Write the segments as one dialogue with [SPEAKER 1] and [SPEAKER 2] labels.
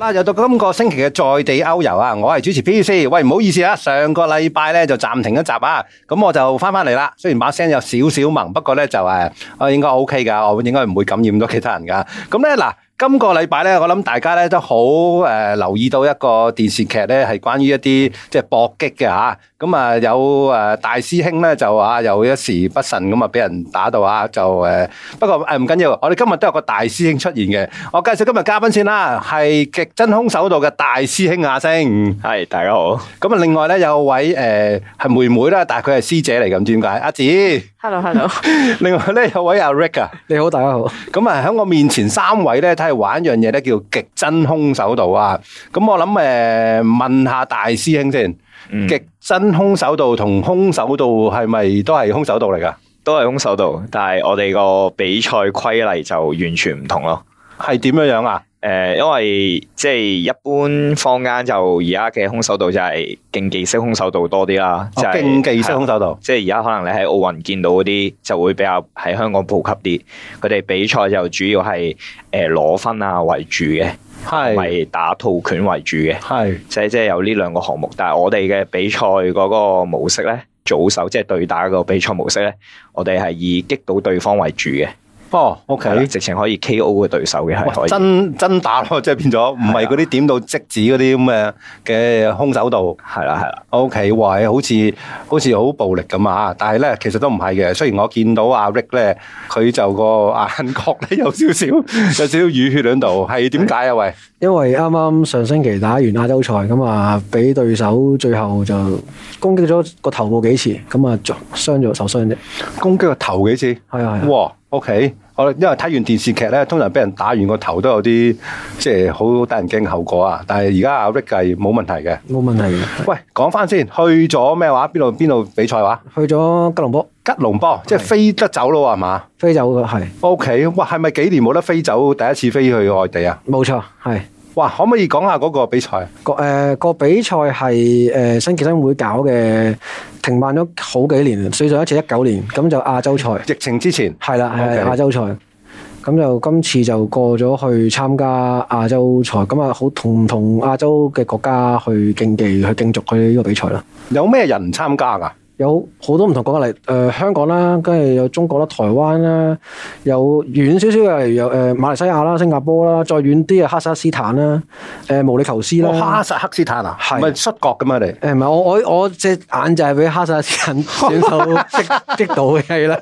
[SPEAKER 1] 啦，又到今個星期嘅在地歐遊啊，我係主持 P C。喂，唔好意思啊，上個禮拜咧就暫停一集啊，咁我就翻翻嚟啦。雖然把聲有少少矇，不過咧就誒，我應該 O K 噶，我應該唔會感染到其他人噶。咁咧嗱。今個禮拜咧，我諗大家咧都好誒、呃留意到一個電視劇咧，係關於一啲即係搏擊嘅嚇。咁啊有誒、呃大師兄咧就啊有一時不慎咁啊俾人打到啊就誒、呃不過誒唔緊要，我哋今日都有個大師兄出現嘅。我介紹今日嘉賓先啦，係極真空手道嘅大師兄阿星。
[SPEAKER 2] 系大家好，
[SPEAKER 1] 咁啊另外咧有位誒係、妹妹啦，但係佢係師姐嚟咁，唔知點解阿紫。
[SPEAKER 3] Hello，Hello，
[SPEAKER 1] 另外咧有位阿 Rick 啊。
[SPEAKER 4] 你好，大家好。
[SPEAKER 1] 咁啊喺我面前三位咧，睇嚟玩一樣嘢咧叫極真空手道啊！咁我諗誒、呃、問下大師兄先，
[SPEAKER 2] 嗯
[SPEAKER 1] 極真空手道同空手道係咪都係空手道嚟噶？
[SPEAKER 2] 都系空手道，但系我哋个比赛规例就完全唔同咯。
[SPEAKER 1] 係點樣樣啊？
[SPEAKER 2] 诶、因为即系一般坊间就而家嘅空手道就系竞技式空手道多啲啦，就
[SPEAKER 1] 哦
[SPEAKER 2] 係啊
[SPEAKER 1] 競技式空手道，
[SPEAKER 2] 即係而家可能你喺奧運見到嗰啲就會比較喺香港普及啲，佢哋比賽就主要係誒攞分啊為主嘅，同
[SPEAKER 1] 係
[SPEAKER 2] 埋打套拳為主嘅，
[SPEAKER 1] 係
[SPEAKER 2] 即係即係有呢兩個項目。但係我哋嘅比賽嗰個模式咧，組手即係對打個比賽模式咧，我哋係以擊倒對方為主嘅，
[SPEAKER 1] 哦
[SPEAKER 2] 係啦
[SPEAKER 1] ，OK。
[SPEAKER 2] 直情可以 K.O. 嘅對手嘅係可
[SPEAKER 1] 哇
[SPEAKER 2] 以。啊
[SPEAKER 1] 真真打咯， 即係變咗唔係嗰啲點到即止嗰啲咁嘅嘅空手道。
[SPEAKER 2] 係啦，係啦，
[SPEAKER 1] O K，喂，好似好似好暴力咁啊！但係咧，其實都唔係嘅。雖然我見到阿 Rick 咧，佢就個眼角咧有少 少有少少淤血喺度，係點解啊？喂，
[SPEAKER 4] 因為啱啱上星期打完亞洲賽咁啊，俾對手最後就攻擊咗個頭部幾次，咁啊傷咗受傷啫。
[SPEAKER 1] 攻擊個頭幾次？
[SPEAKER 4] 係啊係啊，
[SPEAKER 1] 哇！O K，我因為睇完電視劇咧，通常俾人打完個頭都有啲即係好得人驚嘅後果啊。但係而家阿 Rick 係冇問題嘅。
[SPEAKER 4] 冇問題嘅。
[SPEAKER 1] 喂，講翻先，去咗咩話？邊度邊度比賽話？
[SPEAKER 4] 去咗吉隆坡
[SPEAKER 1] 吉隆坡，即係飛得走咯，係嘛
[SPEAKER 4] 飛走嘅係，
[SPEAKER 1] ？O K，哇，係咪幾年冇得飛走？第一次飛去外地啊？
[SPEAKER 4] 冇錯係。
[SPEAKER 1] 哇，可唔可以講下嗰個比賽啊？
[SPEAKER 4] 個誒、個比賽係誒、新健身會搞嘅，停辦咗好幾年，最上一次一九年，咁就亞洲賽，
[SPEAKER 1] 疫情之前
[SPEAKER 4] 係啦係
[SPEAKER 1] OK
[SPEAKER 4] 亞洲賽，咁就今次就過咗去參加亞洲賽，咁啊好同唔同亞洲嘅國家去競技去競逐佢呢個比賽啦。
[SPEAKER 1] 有咩人參加㗎？
[SPEAKER 4] 有好多唔同國家嚟，誒、呃香港啦，跟住有中國啦、台灣啦，有遠少少嘅，例如有誒、呃馬來西亞啦、新加坡啦，再遠啲嘅哈薩克斯坦啦、誒、毛里求斯啦。
[SPEAKER 1] 哦哈薩克斯坦啊，
[SPEAKER 4] 係
[SPEAKER 1] 唔係摔角㗎嘛？你
[SPEAKER 4] 誒唔係我我我隻眼就係俾哈薩克斯坦選 手激激到嘅係啦，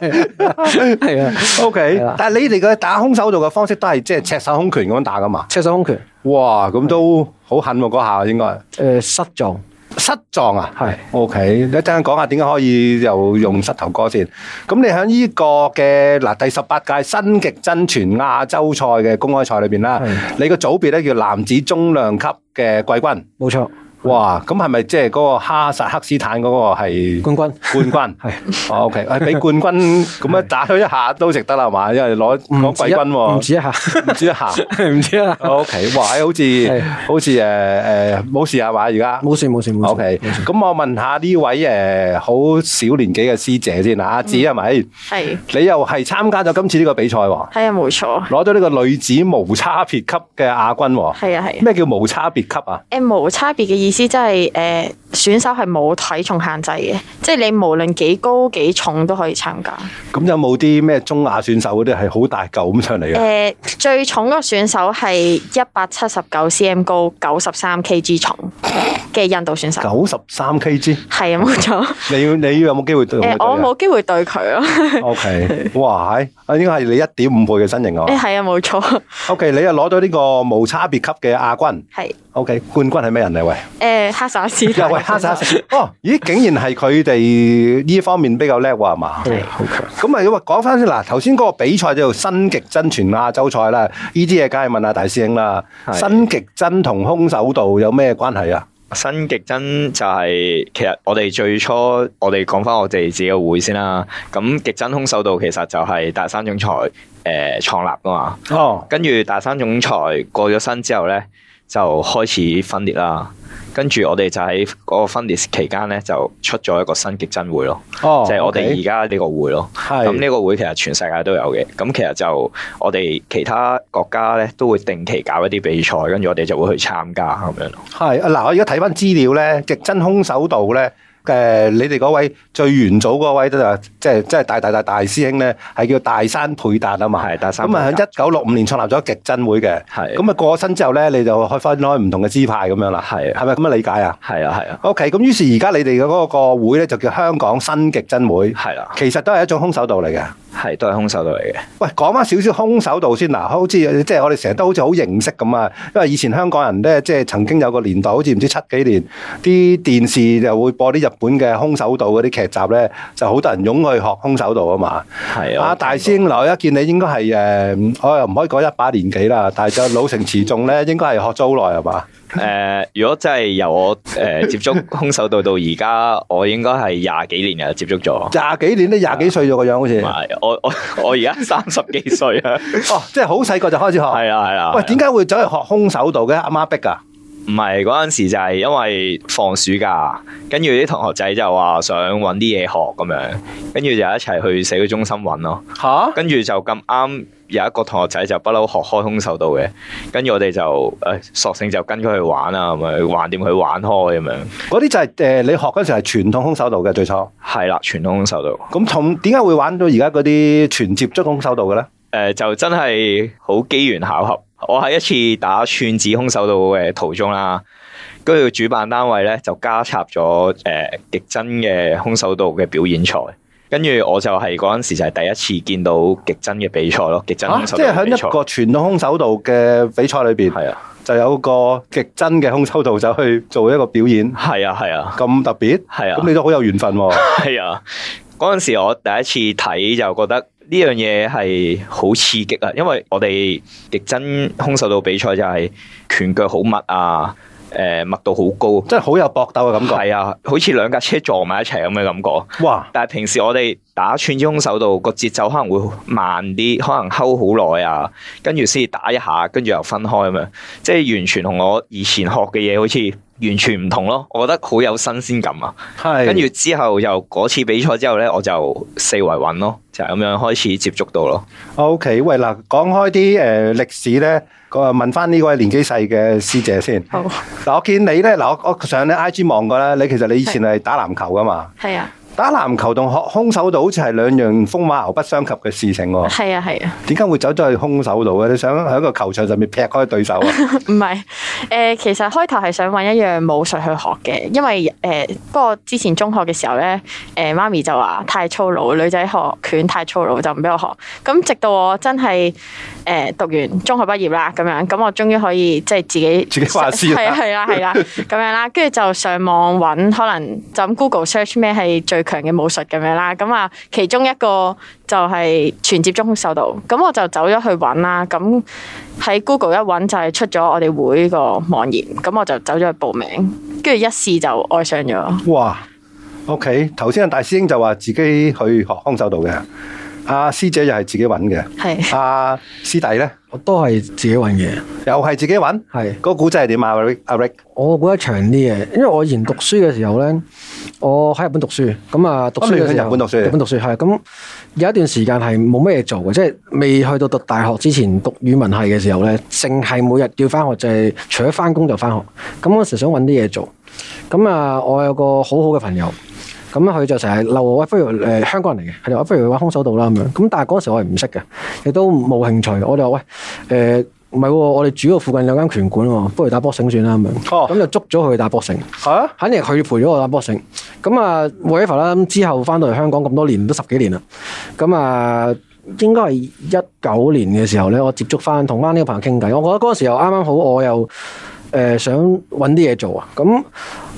[SPEAKER 4] 係啊，
[SPEAKER 1] O
[SPEAKER 4] 係
[SPEAKER 1] K，
[SPEAKER 4] 啦
[SPEAKER 1] 但係你哋嘅打空手道嘅方式都係即係赤手空拳咁樣打㗎嘛？
[SPEAKER 4] 赤手空拳，
[SPEAKER 1] 哇，咁都好狠喎！嗰下應該
[SPEAKER 4] 誒、呃失撞
[SPEAKER 1] 失撞啊！
[SPEAKER 4] 係
[SPEAKER 1] O K，一陣間講下點解可以又用膝頭哥先。咁你喺呢個嘅嗱第十八屆新極真全亞洲賽嘅公開賽裏邊啦，
[SPEAKER 4] 係
[SPEAKER 1] 你個組別咧叫男子中量級嘅季軍。
[SPEAKER 4] 冇錯，
[SPEAKER 1] 哇！咁係咪即係嗰個哈薩克斯坦嗰個係
[SPEAKER 4] 冠軍
[SPEAKER 1] 冠軍？
[SPEAKER 4] 係
[SPEAKER 1] 哦，OK，誒俾冠軍咁樣打佢一下都值得啦，係嘛？因為攞攞
[SPEAKER 4] 唔止
[SPEAKER 1] 季
[SPEAKER 4] 一
[SPEAKER 1] 軍
[SPEAKER 4] 唔
[SPEAKER 1] 喎，
[SPEAKER 4] 止一下，
[SPEAKER 1] 唔止一下。
[SPEAKER 4] 唔止一下，
[SPEAKER 1] OK，哇！好似
[SPEAKER 4] 係
[SPEAKER 1] 好似誒誒冇事係嘛？而家
[SPEAKER 4] 冇事冇事冇事
[SPEAKER 1] OK，咁我問下呢位誒好小年紀嘅師姐先啦，啊阿
[SPEAKER 4] 嗯
[SPEAKER 1] 紫係咪？
[SPEAKER 3] 係
[SPEAKER 1] 你又係參加咗今次呢個比賽喎，
[SPEAKER 3] 係啊，冇錯，
[SPEAKER 1] 攞咗呢個女子無差別級嘅亞軍喎。
[SPEAKER 3] 係啊係啊。
[SPEAKER 1] 咩叫無差別級啊？
[SPEAKER 3] 誒無差別嘅意思即係誒選手係冇體重限制嘅，即係你無論幾高幾重都可以參加。
[SPEAKER 1] 咁有冇啲咩中亞選手嗰啲係好大嚿咁上嚟
[SPEAKER 3] 誒、
[SPEAKER 1] 嘅？
[SPEAKER 3] 最重嗰個選手係一百七十九 cm 高，九十三 kg 重嘅印度選手。
[SPEAKER 1] 九十三 kg，
[SPEAKER 3] 係啊，冇錯。 誒、
[SPEAKER 1] 你要你要有冇機會對
[SPEAKER 3] 呃我冇機會對佢咯。
[SPEAKER 1] O K，哇，係啊，應該係你一點五倍嘅身形啊。
[SPEAKER 3] 誒係啊，冇錯。
[SPEAKER 1] O K，你又攞到呢個無差別級嘅亞軍。
[SPEAKER 3] 係
[SPEAKER 1] O K，冠軍係咩人嚟？喂，
[SPEAKER 3] 誒哈薩克斯
[SPEAKER 1] 又
[SPEAKER 3] 坦
[SPEAKER 1] 喂哈薩克斯哦，咦，竟然係佢哋呢方面比較叻喎，係嘛？
[SPEAKER 4] 係好強，
[SPEAKER 1] 咁啊，喂，講翻先嗱，頭先嗰個比賽叫做新極真全亞洲賽啦，呢啲嘢梗係問下大師兄啦。
[SPEAKER 2] 係
[SPEAKER 1] 新極真同空手道有咩關係啊？
[SPEAKER 2] 新極真就係、其實我哋最初我哋講翻我哋自己嘅會先啦。咁極真空手道其實就係大山總裁誒、創立噶嘛。
[SPEAKER 1] 哦，
[SPEAKER 2] 跟住大山總裁過咗身之後咧，就開始分裂啦。跟住我哋就喺嗰個分裂期間咧，就出咗一個新極真會咯，
[SPEAKER 1] 哦，
[SPEAKER 2] 即係我哋而家呢個會咯。
[SPEAKER 1] 而
[SPEAKER 2] 咁呢個會其實全世界都有嘅，咁其實就我哋其他國家咧都會定期搞一啲比賽，跟住我哋就會去參加咁樣咯。
[SPEAKER 1] 係啊嗱，我而家睇翻資料咧，極真空手道咧，誒、你哋嗰位最元祖嗰位都係即係即係大大大大師兄咧，係叫大山佩達啊嘛。
[SPEAKER 2] 係大山
[SPEAKER 1] 咁啊，
[SPEAKER 2] 佩達
[SPEAKER 1] 喺一九六五年創立咗極真會嘅。
[SPEAKER 2] 係
[SPEAKER 1] 咁啊，過咗身之後咧，你就開分開唔同嘅支派咁樣啦。
[SPEAKER 2] 係啊
[SPEAKER 1] 係咪咁嘅理解啊
[SPEAKER 2] 係啊係啊
[SPEAKER 1] ？OK，咁於是而家你哋嘅嗰個會咧就叫香港新極真會，
[SPEAKER 2] 係啦，
[SPEAKER 1] 其實都係一種空手道嚟嘅。
[SPEAKER 2] 係都係空手道嚟嘅。
[SPEAKER 1] 喂，講翻少少空手道先嗱，好似即係我哋成日都好似好認識咁啊，因為以前香港人咧，即係曾經有個年代，好似唔知七幾年，啲電視就會播啲日本嘅空手道嗰啲劇集咧，就好多人湧去學空手道啊嘛。
[SPEAKER 2] 係
[SPEAKER 1] 啊，大師兄嗱，我一見你應該係誒，我又唔可以講一把年紀啦，但係就老成持重咧，應該係學咗好耐係嘛？
[SPEAKER 2] 誒、呃如果真係由我誒、接觸空手道到而家，我應該係廿幾年啊接觸咗，
[SPEAKER 1] 廿幾年都廿幾歲咗個樣好似
[SPEAKER 2] 同，埋我 我我而家三十幾歲啊，
[SPEAKER 1] 哦，即係好細個就開始學。
[SPEAKER 2] 係啊啦係啦。
[SPEAKER 1] 喂，哦點
[SPEAKER 2] 解？
[SPEAKER 1] 解會走去學空手道嘅？阿媽逼㗎？
[SPEAKER 2] 唔係嗰陣時就係因為放暑假，跟住啲同學仔就話想揾啲嘢學咁樣，跟住就一齊去社區中心揾咯。
[SPEAKER 1] 吓？
[SPEAKER 2] 跟住就咁啱有一個同學仔就不嬲學開空手道嘅，跟住我哋就誒、索性就跟佢去玩啊，咁樣橫掂佢玩開咁樣，
[SPEAKER 1] 嗰啲就係、誒、你學嗰陣時係傳統空手道嘅最初，
[SPEAKER 2] 係啦，傳統空手道。
[SPEAKER 1] 咁同點解會玩到而家嗰啲全接觸空手道嘅咧？
[SPEAKER 2] 誒、呃就真係好機緣巧合。我喺一次打串子空手道嘅途中啦，跟住主辦單位咧就加插咗誒、呃極真嘅空手道嘅表演賽，跟住我就係嗰陣時就係第一次見到極真嘅比賽咯，極真
[SPEAKER 1] 嚇
[SPEAKER 2] 空
[SPEAKER 1] 啊即
[SPEAKER 2] 手道
[SPEAKER 1] 係喺一
[SPEAKER 2] 嘅比賽。
[SPEAKER 1] 個傳統空手道嘅比賽裏邊，
[SPEAKER 2] 係啊，
[SPEAKER 1] 就有個極真嘅空手道就去做一個表演，
[SPEAKER 2] 係啊，係啊，
[SPEAKER 1] 咁特別，
[SPEAKER 2] 係啊。
[SPEAKER 1] 咁你都好有緣分喎。
[SPEAKER 2] 係啊，嗰陣時我第一次睇就覺得呢樣嘢係好刺激啊，因為我哋極真空手道比賽就係拳腳好密啊，诶、密度好高，
[SPEAKER 1] 真係好有搏鬥嘅感覺。
[SPEAKER 2] 係啊，好似兩架車撞埋一齊咁嘅感覺。
[SPEAKER 1] 哇！
[SPEAKER 2] 但係平時我哋打串子空手道個節奏可能會慢啲，可能睺好耐啊，跟住先打一下，跟住又分開咁樣，即係完全同我以前學嘅嘢好似完全唔同咯。我覺得好有新鮮感啊！
[SPEAKER 1] 係
[SPEAKER 2] 跟住之後又嗰次比賽之後咧，我就四圍揾咯，就係咁樣開始接觸到咯。
[SPEAKER 1] OK，喂嗱，講開啲誒、呃、歷史咧，個問翻呢位年紀細嘅師姐先。
[SPEAKER 3] 好
[SPEAKER 1] 嗱，我見你咧，嗱我我上你 IG 望過啦，你其實你以前係打籃球噶嘛？
[SPEAKER 3] 係啊，
[SPEAKER 1] 打籃球同學空手道好似係兩樣風馬牛不相及嘅事 情喎，
[SPEAKER 3] 係啊，係啊。
[SPEAKER 1] 點解會走咗去空手道嘅？你想喺個球場上面劈開對 手啊？
[SPEAKER 3] 唔係，誒、呃其實開頭係想揾一樣武術去學嘅，因為誒、不過之前中學嘅時候咧，誒、媽咪就話太粗魯，女仔學拳太粗魯就唔俾我學。咁直到我真係誒、讀完中學畢業啦，咁樣，咁我終於可以即係自己
[SPEAKER 1] 自己話事啦
[SPEAKER 3] 係啊係啦係啦，咁樣啦，跟住就上網揾，可能就咁 Google search 咩係最強嘅武術咁樣啦。咁啊，其中一個就係全接觸空手道，咁我就走咗去揾啦，咁。喺 Google 一揾就係出咗我哋會個網頁，咁我就走咗去報名，跟住一試就愛上咗。
[SPEAKER 1] 哇！OK，頭先阿大師兄就話自己去學空手道嘅，阿、師姐又係自己揾嘅，
[SPEAKER 3] 係
[SPEAKER 1] 阿、師弟咧
[SPEAKER 4] 我都係自己揾嘅，
[SPEAKER 1] 又係自己揾。
[SPEAKER 4] 係。
[SPEAKER 1] 嗰個古仔係點啊？阿 Rick，阿 Rick
[SPEAKER 4] 我估得長啲嘅，因為我以前讀書嘅時候咧，我喺日本讀書，咁啊讀書嘅時
[SPEAKER 1] 哦你喺
[SPEAKER 4] 候，
[SPEAKER 1] 日本讀書
[SPEAKER 4] 日本讀書係咁有一段時間係冇乜嘢做嘅，即係未去到讀大學之前讀語文系嘅時候咧，淨係每日要翻學就係、除咗翻工就翻學，咁嗰時想揾啲嘢做，咁啊我有個好好嘅朋友。咁啊佢就成日嬲我，喂，不如誒、呃香港人嚟嘅，佢就話不如去玩空手道啦咁樣。咁但係嗰陣時我係唔識嘅，亦都冇興趣。我就話喂誒，唔係喎，我哋主要附近有間拳館喎，不如打 boxing 算啦咁樣。
[SPEAKER 1] 哦
[SPEAKER 4] 咁就捉咗佢去打 boxing，
[SPEAKER 1] 嚇
[SPEAKER 4] 肯定係佢陪咗我打 boxing。咁啊 w h a 啦，咁之後翻到嚟香港咁多年，都十幾年啦。咁啊，應該係一九年嘅時候咧，我接觸翻同翻呢個朋友傾偈，我覺得嗰陣時又啱啱好，我又誒、呃想揾啲嘢做啊。咁誒、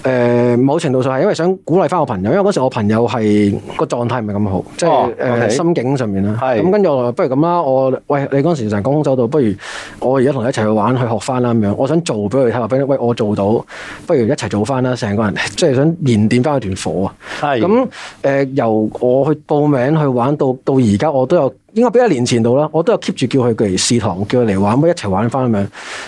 [SPEAKER 4] 呃某程度上係因為想鼓勵翻我朋友，因為嗰時我朋友係個狀態唔係咁好，即係誒、
[SPEAKER 1] 哦
[SPEAKER 4] 呃
[SPEAKER 1] OK
[SPEAKER 4] 心境上面啦。
[SPEAKER 1] 係
[SPEAKER 4] 咁跟住我話不如咁啦，我喂你嗰陣時成日講空手道，不如我而家同你一齊去玩去學翻啦咁樣。我想做俾佢睇，話俾你喂我做到，不如一齊做翻啦，成個人 即係想燃點翻佢團火啊！
[SPEAKER 1] 係
[SPEAKER 4] 咁誒、呃由我去報名去玩到到而家，我都有應該比一年前度啦，我都有 keep 住叫佢嚟試堂，叫佢嚟玩，咁一齊玩翻咁樣。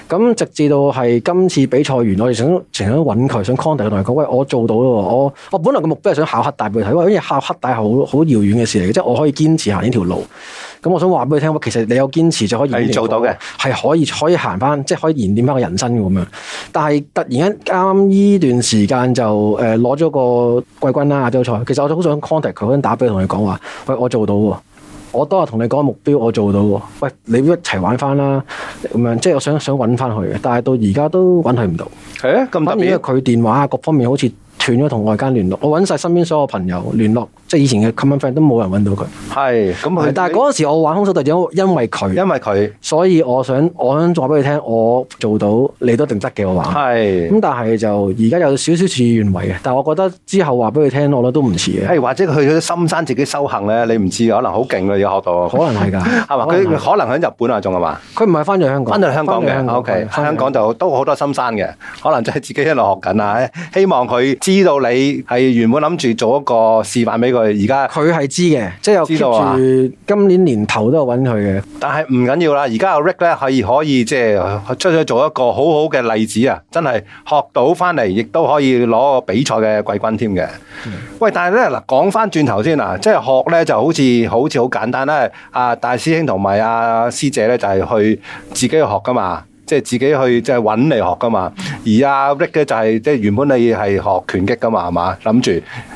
[SPEAKER 4] 咁直至到係今次比賽完，我哋想成日都揾佢，想 contact 佢同佢講：喂，我做到咯喎！我我本來個目標係想考黑帶俾佢睇，喂，因為考黑帶係好好遙遠嘅事嚟嘅，即係我可以堅持行呢條路。咁我想話俾佢聽，喂，其實你有堅持就可以
[SPEAKER 1] 係做到嘅，
[SPEAKER 4] 係可以可以行翻，即係可以延展翻個人生嘅咁樣。但係突然間啱呢段時間就誒攞咗個季軍啦亞洲賽，其實我就好想 contact 佢，好想打俾佢同佢講話，喂，我做到喎。我當日同你講目標，我做到喎。喂，你一齊玩翻啦，咁樣即係我想想揾翻佢嘅，但係到而家都揾佢唔到。
[SPEAKER 1] 係啊，咁
[SPEAKER 4] 反
[SPEAKER 1] 特
[SPEAKER 4] 而因
[SPEAKER 1] 別。
[SPEAKER 4] 為佢電話啊各方面好似斷咗同外間聯絡，我揾晒身邊所有朋友聯絡，即係以前嘅 common friend 都冇人揾到佢。
[SPEAKER 1] 係，咁啊佢嗯
[SPEAKER 4] 但係嗰陣時我玩空手道因因為佢，
[SPEAKER 1] 因為佢
[SPEAKER 4] 所以我想我想話俾佢聽，我做到你都一定得嘅我玩。
[SPEAKER 1] 係。
[SPEAKER 4] 咁但係就而家有少少事與願違嘅，但係我覺得之後話俾佢聽，我覺得都唔遲嘅，
[SPEAKER 1] 誒，或者佢去咗深山自己修行咧，你唔知，可能好勁嘅，而家學到
[SPEAKER 4] 可能係㗎，
[SPEAKER 1] 係嘛？
[SPEAKER 4] 可
[SPEAKER 1] 佢
[SPEAKER 4] 能係
[SPEAKER 1] 可能喺日本啊，仲係嘛？
[SPEAKER 4] 佢唔係翻咗香港，
[SPEAKER 1] 翻到嚟香港
[SPEAKER 4] 返咗
[SPEAKER 1] 嘅，OK，
[SPEAKER 4] 返咗
[SPEAKER 1] 香港就都好多深山嘅，可能就係自己一路學緊啊。希望佢知道你係原本諗住做一個示範俾佢，而家
[SPEAKER 4] 佢係知嘅，即係有
[SPEAKER 1] 知道啊
[SPEAKER 4] keep 住今年年頭都有揾佢嘅。
[SPEAKER 1] 但係唔緊要啦。而家阿 Rick 咧係可以即係出咗做一個好好嘅例子啊！真係學到翻嚟，亦都可以攞個比賽嘅季軍添嘅。喂，但係咧嗱，講翻轉頭先啊嗱，即係學咧就好似好似好簡單啦。啊，大師兄同埋阿師姐咧就係去自己去學噶嘛。即係自己去即係揾嚟學噶嘛，而阿 Rick 咧就係、即係原本你係學拳擊噶嘛，係嘛？諗住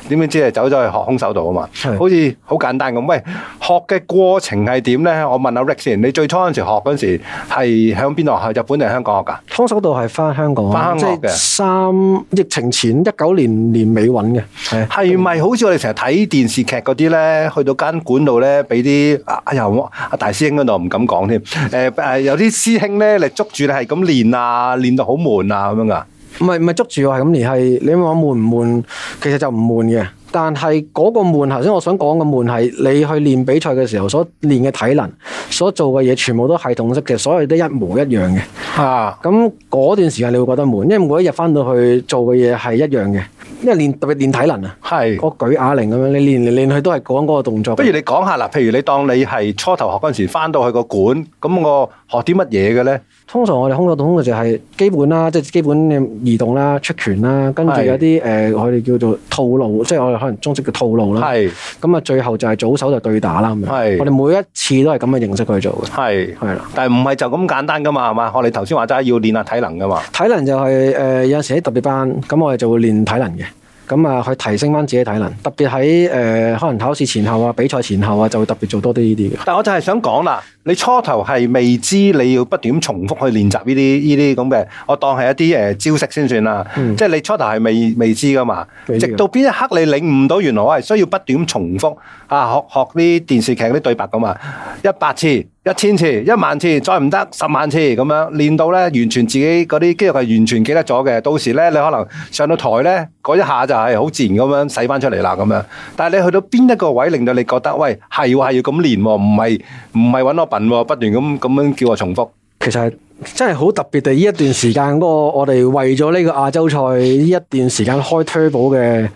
[SPEAKER 1] 點樣知係走咗去學空手道啊嘛？
[SPEAKER 4] 係
[SPEAKER 1] 好似好簡單咁。喂，學嘅過程係點咧？我問阿 Rick 先，你最初嗰陣時學嗰陣時係響邊度學？日本定香港學㗎？
[SPEAKER 4] 空手道係翻香港，
[SPEAKER 1] 返香港
[SPEAKER 4] 即
[SPEAKER 1] 嘅
[SPEAKER 4] 係三疫情前一九年年尾揾嘅，係啊
[SPEAKER 1] 係咪好似我哋成日睇電視劇嗰啲咧，去到間館度咧，俾啲啊哎呀，我阿大師兄嗰度唔敢講添。誒誒，有啲師兄咧，你捉住你係咁練啊，練到好悶啊咁樣㗎。
[SPEAKER 4] 唔係唔係捉住我係咁，而係你問我悶唔悶，其實就唔悶嘅。但係嗰個悶，頭先我想講嘅悶係你去練比賽嘅時候所練嘅體能，所做嘅嘢全部都系統式嘅，所有都一模一樣嘅。
[SPEAKER 1] 啊，
[SPEAKER 4] 咁嗰段時間你會覺得悶，因為每一日翻到去做嘅嘢係一樣嘅，因為練特別練體能啊，
[SPEAKER 1] 係。
[SPEAKER 4] 我舉啞鈴咁樣，你練嚟練去都係講嗰個動作。
[SPEAKER 1] 不如你講下啦，譬如你當你係初頭學嗰陣時，翻到去個館，咁我學啲乜嘢嘅咧？
[SPEAKER 4] 通常我哋空手道空嘅就係基本啦，即係基本嘅移動啦、出拳啦，跟住
[SPEAKER 1] 係
[SPEAKER 4] 有啲誒、呃我哋叫做套路，即係我哋可能中式嘅套路啦。
[SPEAKER 1] 係
[SPEAKER 4] 咁啊，最後就係組手就對打啦咁
[SPEAKER 1] 係
[SPEAKER 4] 樣。我哋每一次都係咁嘅形式去做嘅，
[SPEAKER 1] 係，
[SPEAKER 4] 係啦。
[SPEAKER 1] 但係唔係就咁簡單噶嘛，係嘛？我哋頭先話齋要練下體能噶嘛。
[SPEAKER 4] 體能就係、呃有陣時喺特別班，咁我哋就會練體能嘅。咁啊，去提升翻自己體能，特別喺誒、呃可能考試前後啊、比賽前後啊，就會特別做多啲呢啲嘅。
[SPEAKER 1] 但我就係想講啦，你初頭係未知你要不斷咁重複去練習呢啲呢啲咁嘅，我當係一啲誒、呃招式先算啦。
[SPEAKER 4] 嗯
[SPEAKER 1] 即係你初頭係未未知噶嘛，
[SPEAKER 4] 未知㗎
[SPEAKER 1] 直到邊一刻你領悟到原來我係需要不斷咁重複啊學學啲電視劇啲對白咁啊，一百次、一千次、一萬次，再唔得十萬次咁樣練到咧，完全自己嗰啲肌肉係完全記得咗嘅。到時咧你可能上到台咧嗰一下就係好自然咁樣洗翻出嚟啦咁樣。但係你去到邊一個位令到你覺得喂係喎係要咁練喎，唔係唔係揾我笨喎，不斷咁咁樣叫我重複。
[SPEAKER 4] 其實係真係好特別地，呢一段時間嗰個我哋為咗呢個亞洲賽呢一段時間開 Turbo 嘅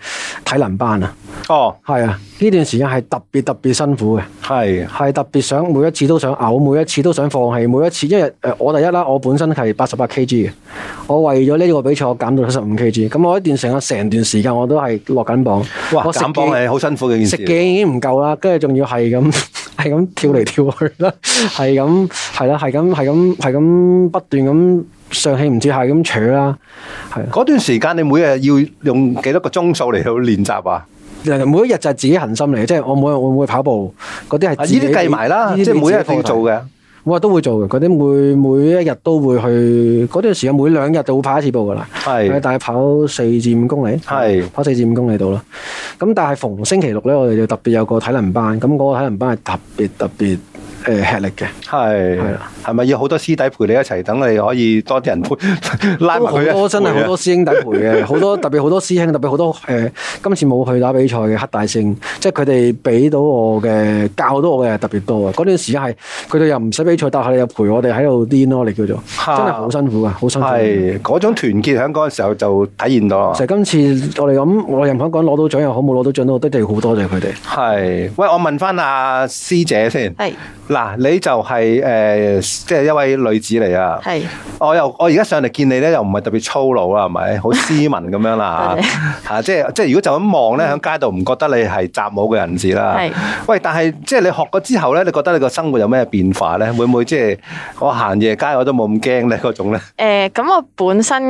[SPEAKER 4] 體能班啊，
[SPEAKER 1] 哦，
[SPEAKER 4] 係啊，呢段時間係特別特別辛苦嘅，
[SPEAKER 1] 係
[SPEAKER 4] 係特別想每一次都想嘔，每一次都想放棄，每一次因為誒、呃我第一啦，我本身係八十八 kg 嘅，我為咗呢個比賽我減到七十五 kg，咁我一段成個成段時間我都係落緊磅，
[SPEAKER 1] 哇
[SPEAKER 4] 我食
[SPEAKER 1] 減磅
[SPEAKER 4] 嘅
[SPEAKER 1] 係好辛苦嘅一件
[SPEAKER 4] 食
[SPEAKER 1] 事。
[SPEAKER 4] 嘅已經唔夠啦，跟住仲要係咁 係咁跳嚟跳去啦，係咁係啦，係咁係咁係咁不斷咁上氣唔接下氣咁扯啦，係啊
[SPEAKER 1] 嗰段時間你每日要用幾多個鐘數嚟去練習啊？
[SPEAKER 4] 每一日就係自己恒心嚟嘅，即係我每日會唔會跑步嗰啲係
[SPEAKER 1] 啊呢
[SPEAKER 4] 自己
[SPEAKER 1] 啲計埋啦，
[SPEAKER 4] 呢
[SPEAKER 1] 即係
[SPEAKER 4] 啲
[SPEAKER 1] 每一日都要
[SPEAKER 4] 自己
[SPEAKER 1] 做
[SPEAKER 4] 課題
[SPEAKER 1] 嘅。
[SPEAKER 4] 我都會做嘅，嗰啲每每一日都會去，嗰段時間每兩日就會跑一次步噶啦，
[SPEAKER 1] 係
[SPEAKER 4] 大概跑四至五公里，
[SPEAKER 1] 係
[SPEAKER 4] 跑四至五公里度啦。咁但係逢星期六咧，我哋就特別有個體能班，咁嗰個體能班係特別特別誒、诶吃力嘅。
[SPEAKER 1] 係
[SPEAKER 4] 係啦
[SPEAKER 1] 係咪要好多師弟陪你一齊，等你可以多啲人 陪拉埋
[SPEAKER 4] 都好
[SPEAKER 1] 佢一齊
[SPEAKER 4] 多真係
[SPEAKER 1] 陪
[SPEAKER 4] 好
[SPEAKER 1] 啊
[SPEAKER 4] 多師兄弟陪 嘅，好多特別好多師兄，特別好多誒、呃今次冇去打比賽嘅黑大聖，即係佢哋俾到我嘅教到我嘅係特別多啊！嗰段時間係佢哋又唔使比賽，但係又陪我哋喺度癲咯，我哋叫做真係好辛苦啊，好辛苦。
[SPEAKER 1] 係嗰種團結喺嗰陣時候就體現到啦。
[SPEAKER 4] 就係今次我哋咁，我哋香港攞到獎又好，冇攞到獎都好，都真係好多謝佢哋。
[SPEAKER 1] 係，喂，我問翻阿師姐先。
[SPEAKER 3] 系
[SPEAKER 1] 嗱，你就係呃即係一位女子嚟啊！
[SPEAKER 3] 系
[SPEAKER 1] 我又我而家上嚟見你咧，又唔係特別粗魯啦，係咪？好斯文咁樣 啦
[SPEAKER 3] 多謝
[SPEAKER 1] 嚇，即係即係如果就咁望咧，喺街度唔覺得你係習武嘅人士啦。
[SPEAKER 3] 係
[SPEAKER 1] 喂，但係即係你學過之後咧，你覺得你個生活有咩變化咧？會唔會即係我行夜街我都冇咁驚咧嗰種 咧？
[SPEAKER 3] 诶，誒咁、我本身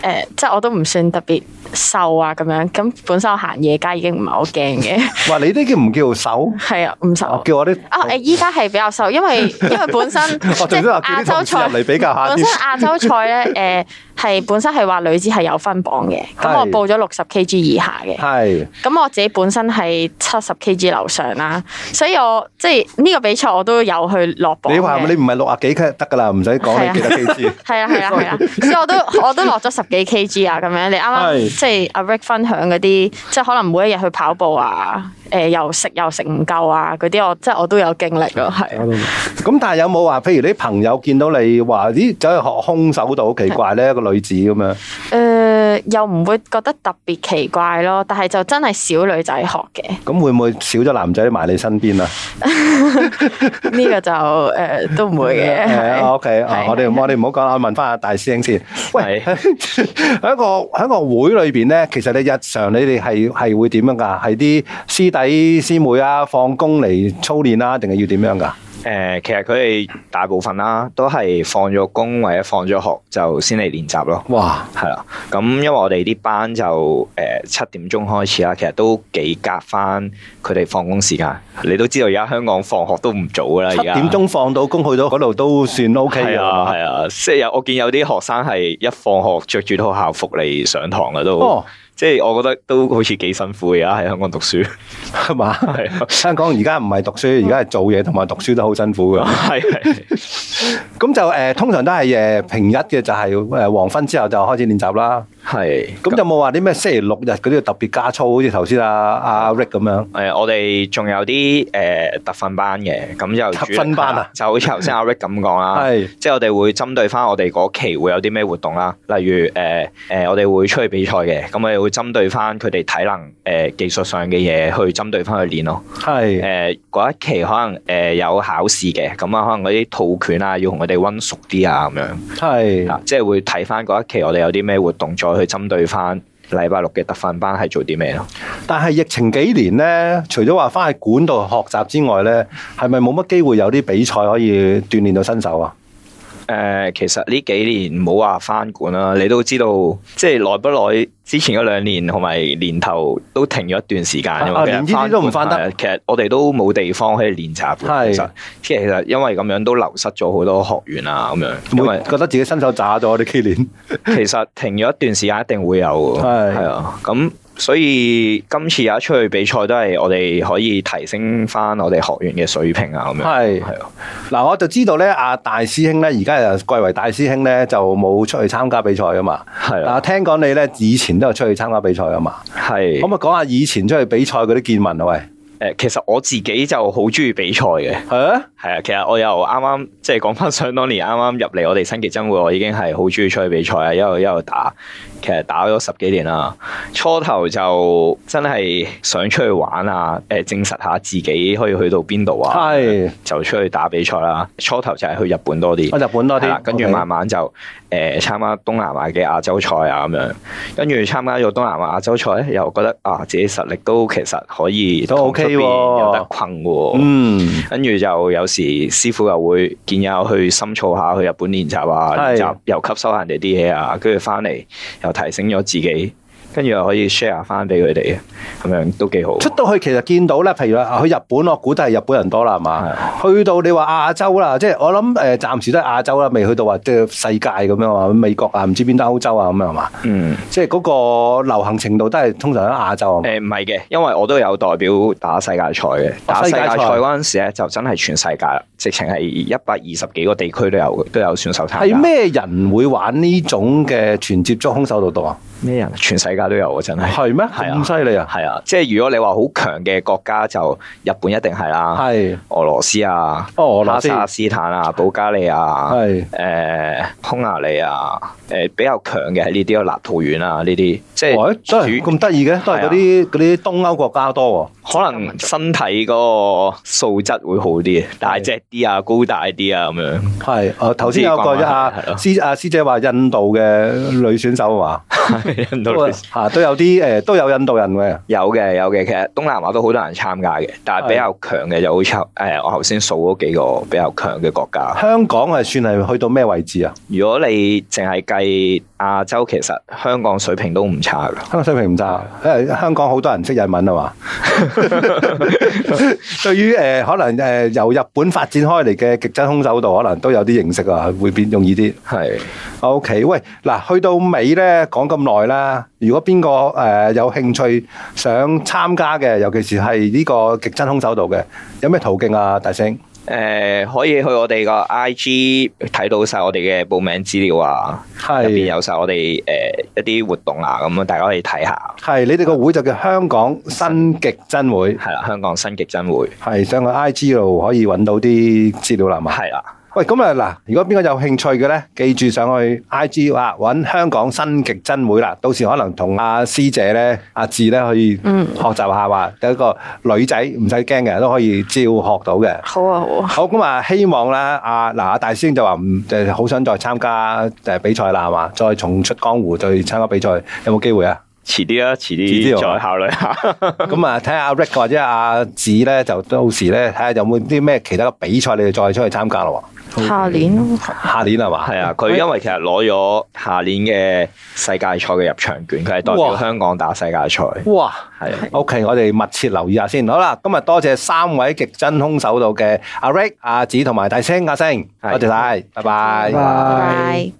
[SPEAKER 3] 诶、誒即系我都唔算特別瘦啊，咁樣咁本身我行夜街已經唔係好驚嘅，
[SPEAKER 1] 哇！你呢啲叫唔叫瘦？
[SPEAKER 3] 係啊，唔
[SPEAKER 1] 我
[SPEAKER 3] 瘦。
[SPEAKER 1] 叫我 啲
[SPEAKER 3] 啊！誒，依家係比較瘦，因為 因為本身即
[SPEAKER 1] 我仲
[SPEAKER 3] 係
[SPEAKER 1] 想話叫
[SPEAKER 3] 亞
[SPEAKER 1] 啲
[SPEAKER 3] 洲
[SPEAKER 1] 同事
[SPEAKER 3] 賽
[SPEAKER 1] 入嚟比較下
[SPEAKER 3] 本
[SPEAKER 1] 添
[SPEAKER 3] 身。亞洲賽咧，誒係本身係話女子係有分磅嘅，咁
[SPEAKER 1] 係
[SPEAKER 3] 我報咗六十 kg 以下嘅，
[SPEAKER 1] 係
[SPEAKER 3] 咁我自己本身係七十 kg 樓上啦，所以我即係呢個比賽我都有去落磅
[SPEAKER 1] 你話你
[SPEAKER 3] 嘅。
[SPEAKER 1] 唔係六啊幾克得㗎啦，唔使講你幾多 K G。
[SPEAKER 3] 係啊啦係 啦係啦，所以我都我都落咗十幾 kg 啊咁樣。你啱啱
[SPEAKER 1] 係
[SPEAKER 3] 即係阿 Rick 分享嗰啲，即係可能每一日去跑步啊，誒又食又食唔夠啊嗰啲，我即係我都有經歷咯，係啊。
[SPEAKER 4] 搞到
[SPEAKER 1] 咁但係有冇話，譬如你啲朋友見到你話，咦，走去學空手道好奇怪咧，一個女子咁樣。
[SPEAKER 3] 誒、呃又唔會覺得特別奇怪咯，但係就真係少女仔學嘅
[SPEAKER 1] 咁會唔會少咗男仔埋你身邊啊？
[SPEAKER 3] 呢個就誒、呃都唔會嘅。
[SPEAKER 1] 誒
[SPEAKER 3] 係
[SPEAKER 1] ，OK，啊
[SPEAKER 3] 係
[SPEAKER 1] 我哋我哋唔好講啦，我問翻阿大師兄先。 喂，
[SPEAKER 2] 係
[SPEAKER 1] 喺個喺個會裏邊咧，其實你日常你哋係係會點樣㗎？係啲師弟師妹啊，放工嚟操練啊，定係要點樣㗎？
[SPEAKER 2] 誒、其實佢哋大部分啦，都係放咗工或者放咗學就先嚟練習咯。
[SPEAKER 1] 哇！
[SPEAKER 2] 係啦，咁因為我哋啲班就誒七、點鐘開始啦，其實都幾夾翻佢哋放工時間。你都知道而家香港放學都唔早㗎啦，
[SPEAKER 1] 七
[SPEAKER 2] 而家
[SPEAKER 1] 點鐘放到工去到嗰度都算 OK
[SPEAKER 2] 係
[SPEAKER 1] 㗎
[SPEAKER 2] 啊
[SPEAKER 1] 啦。
[SPEAKER 2] 係啊，即係有我見有啲學生係一放學着住套校服嚟上堂嘅都，
[SPEAKER 1] 哦，
[SPEAKER 2] 即係我覺得都好似幾辛苦而家喺香港讀書，
[SPEAKER 1] 係嘛？
[SPEAKER 2] 係啊
[SPEAKER 1] 香港而家唔係讀書，而家係做嘢同埋讀書都好辛苦㗎。
[SPEAKER 2] 係係
[SPEAKER 1] 咁就誒、呃通常都係誒、呃平日嘅就係、誒、黃昏之後就開始練習啦。
[SPEAKER 2] 係
[SPEAKER 1] 咁有冇話啲咩星期六日嗰啲要特別加操，好似頭先阿阿 Rick 咁樣？
[SPEAKER 2] 誒、我哋仲有啲誒、特訓班嘅，咁就
[SPEAKER 1] 特
[SPEAKER 2] 主力
[SPEAKER 1] 訓班啊
[SPEAKER 2] 就好似頭先阿 Rick 咁講啦，
[SPEAKER 1] 係
[SPEAKER 2] 即係我哋會針對翻我哋嗰期會有啲咩活動啦，例如誒誒、我哋會出去比賽嘅，咁我哋會針對翻佢哋體能誒、技術上嘅嘢去針對翻去練咯。誒
[SPEAKER 1] 係
[SPEAKER 2] 嗰、一期可能誒、有考試嘅，咁啊可能嗰啲套拳啊要同佢哋温熟啲啊咁樣，
[SPEAKER 1] 係
[SPEAKER 2] 啊即係會睇翻嗰一期我哋有啲咩活動，再去針對翻禮拜六嘅特訓班係做啲咩咯。
[SPEAKER 1] 但係疫情幾年咧，除咗話翻去館度學習之外咧，係咪冇乜機會有啲比賽可以鍛鍊到身手啊？
[SPEAKER 2] 誒、呃其實呢幾年冇話翻館啦，你都知道，即係耐不耐之前嗰兩年同埋年頭都停咗一段時間㗎嘛
[SPEAKER 1] 啊
[SPEAKER 2] 其實
[SPEAKER 1] 連呢啲都唔翻得
[SPEAKER 2] 館係其實我哋都冇地方可以練習
[SPEAKER 1] 係
[SPEAKER 2] 嘅。其實其實因為咁樣都流失咗好多學員啊，咁樣。因
[SPEAKER 1] 會
[SPEAKER 2] 為
[SPEAKER 1] 覺得自己身手渣咗呢幾年，
[SPEAKER 2] 其實停咗一段時間一定會有㗎。
[SPEAKER 1] 係
[SPEAKER 2] 係啊，咁所以今次有一出去比賽都係我哋可以提升翻我哋學員嘅水平啊，咁樣。
[SPEAKER 1] 係
[SPEAKER 2] 係啊，
[SPEAKER 1] 嗱，我就知道咧，阿大師兄咧，而家又貴為大師兄咧，就冇出去參加比賽噶嘛。
[SPEAKER 2] 係
[SPEAKER 1] 啊，
[SPEAKER 2] 啊，
[SPEAKER 1] 聽講你咧以前都有出去參加比賽噶嘛？
[SPEAKER 2] 係啊
[SPEAKER 1] 可唔。可以講下以前出去比賽嗰啲見聞啊？喂，
[SPEAKER 2] 誒，其實我自己就好中意比賽嘅。
[SPEAKER 1] 係啊，
[SPEAKER 2] 係啊，其實我又啱啱即係講翻想當年啱啱入嚟我哋新極真會，我已經係好中意出去比賽啊，一路一路打，其實打咗十幾年啦。初頭就真係想出去玩啊，誒、證實下自己可以去到邊度啊，
[SPEAKER 1] 係
[SPEAKER 2] 就出去打比賽啦。初頭就係去日本多啲
[SPEAKER 1] 我。日本啊多
[SPEAKER 2] 係啦
[SPEAKER 1] 啲，
[SPEAKER 2] 跟住
[SPEAKER 1] OK
[SPEAKER 2] 慢慢就誒參加東南亞嘅亞洲賽啊咁樣，跟住參加咗東南亞亞洲賽咧，又覺得啊自己實力都其實可以
[SPEAKER 1] 都
[SPEAKER 2] 同
[SPEAKER 1] OK
[SPEAKER 2] 出邊
[SPEAKER 1] 喎
[SPEAKER 2] 有得困喎。
[SPEAKER 1] 嗯，
[SPEAKER 2] 跟住就有時師傅又會建議我去深造下，去日本練習啊，
[SPEAKER 1] 係
[SPEAKER 2] 練習又吸收下人哋啲嘢啊，跟住翻嚟又提升咗自己。跟住又可以 share 翻俾佢哋嘅，啊咁樣都幾好。
[SPEAKER 1] 出到去其實見到咧，譬如話去日本，我估都係日本人多啦，係嘛？去到你話亞洲啦，即係我諗誒、呃，暫時都係亞洲啦，未去到話即係世界咁樣啊，美國啊，唔知邊度歐洲啊咁樣係嘛？
[SPEAKER 2] 嗯。
[SPEAKER 1] 即係嗰個流行程度都係通常喺亞洲啊嘛。
[SPEAKER 2] 誒唔係嘅，因為我都有代表打世界賽嘅。打世界賽
[SPEAKER 1] 哦世界賽
[SPEAKER 2] 嗰陣時咧，就真係全世界啦，直情係一百二十幾個地區都有都有選手參加。
[SPEAKER 1] 係啊咩人會玩呢種嘅全接觸空手道道啊？
[SPEAKER 2] 咩人？全世界都有啊！真係
[SPEAKER 1] 係咩？
[SPEAKER 2] 係啊
[SPEAKER 1] 咁犀利啊！
[SPEAKER 2] 係啊，即係如果你話好強嘅國家，就日本一定係啦，
[SPEAKER 1] 係
[SPEAKER 2] 俄羅斯啊，
[SPEAKER 1] 哦俄羅斯
[SPEAKER 2] 哈薩斯坦啊，保加利亞，
[SPEAKER 1] 係
[SPEAKER 2] 誒匈牙利啊，誒比較強嘅係呢啲咯，立陶宛啊呢啲，即
[SPEAKER 1] 喂，
[SPEAKER 2] 係
[SPEAKER 1] 哦真係
[SPEAKER 2] 主
[SPEAKER 1] 咁得意嘅，都係嗰啊啲嗰啲東歐國家多
[SPEAKER 2] 可能身體嗰個素質會好啲，大隻啲啊，高大啲啊咁樣。
[SPEAKER 1] 喎。係，誒頭先有個
[SPEAKER 2] 唔知關唔關
[SPEAKER 1] 阿
[SPEAKER 2] 係咯
[SPEAKER 1] 師阿師姐啊話印度嘅女選手啊話，
[SPEAKER 2] 印度
[SPEAKER 1] 都
[SPEAKER 2] 女
[SPEAKER 1] 嚇都有啲誒都有印度人嘅。
[SPEAKER 2] 有嘅有嘅，其實東南亞都好多人參加嘅，但係比較強嘅就好似誒、我頭先數嗰幾個比較強嘅國家。
[SPEAKER 1] 香港係算係去到咩位置啊？
[SPEAKER 2] 如果你淨係計亞洲，其實香港水平都唔差㗎。
[SPEAKER 1] 香港水平唔差，因為香港好多人識日文啊嘛。對於誒、呃可能誒、呃由日本發展開嚟嘅極真空手道，可能都有啲認識啊，會變容易 啲。
[SPEAKER 2] 係
[SPEAKER 1] O、k 喂，嗱，去到尾咧講咁耐啦，如果邊個誒有興趣想參加嘅，尤其是係呢個極真空手道嘅，有咩途徑啊，大聲？
[SPEAKER 2] 誒、呃可以去我哋個 IG 睇到晒我哋嘅報名資料啊，入邊有晒我哋誒、一啲活動啊，咁樣大家可以睇下。
[SPEAKER 1] 係你哋個會就叫香港新極真會，
[SPEAKER 2] 係啦，香港新極真會
[SPEAKER 1] 係上個 I G 度可以揾到啲資料啦嘛。
[SPEAKER 2] 係啦，
[SPEAKER 1] 喂，咁啊嗱，如果邊個有興趣嘅咧，記住上去 I G 啊，揾香港新極真會啦。到時可能同阿師姐咧、阿志咧可以
[SPEAKER 3] 嗯
[SPEAKER 1] 學習下話，有一個女仔唔使驚嘅，都可以照學到嘅。
[SPEAKER 3] 好啊好啊，
[SPEAKER 1] 好咁啊，希望啦，阿嗱阿大師兄就話唔誒好想再參加誒比賽啦，係嘛？再重出江湖，再參加比賽，有冇機會啊？
[SPEAKER 2] 遲啲啦，遲
[SPEAKER 1] 遲啲啊
[SPEAKER 2] 啲
[SPEAKER 1] 喎
[SPEAKER 2] 再考 慮下。
[SPEAKER 1] 咁啊，睇下阿 Rick 或者阿子咧，就到時咧睇下有冇啲咩其他嘅比賽，你哋再出去參加咯
[SPEAKER 3] 下年咯
[SPEAKER 1] 喎。下年係嘛？
[SPEAKER 2] 係啊，佢因為其實攞咗下年嘅世界賽嘅入場券，佢係代表
[SPEAKER 1] 哇
[SPEAKER 2] 香港打世界賽。
[SPEAKER 1] 哇！
[SPEAKER 2] 係啊
[SPEAKER 1] OK，我哋密切留意下先。好啦，今日多謝三位極真空手道嘅阿 Rick、阿子同埋大聲阿星，
[SPEAKER 2] 係
[SPEAKER 1] 多謝晒，拜拜
[SPEAKER 3] 拜
[SPEAKER 4] 拜。
[SPEAKER 3] 拜。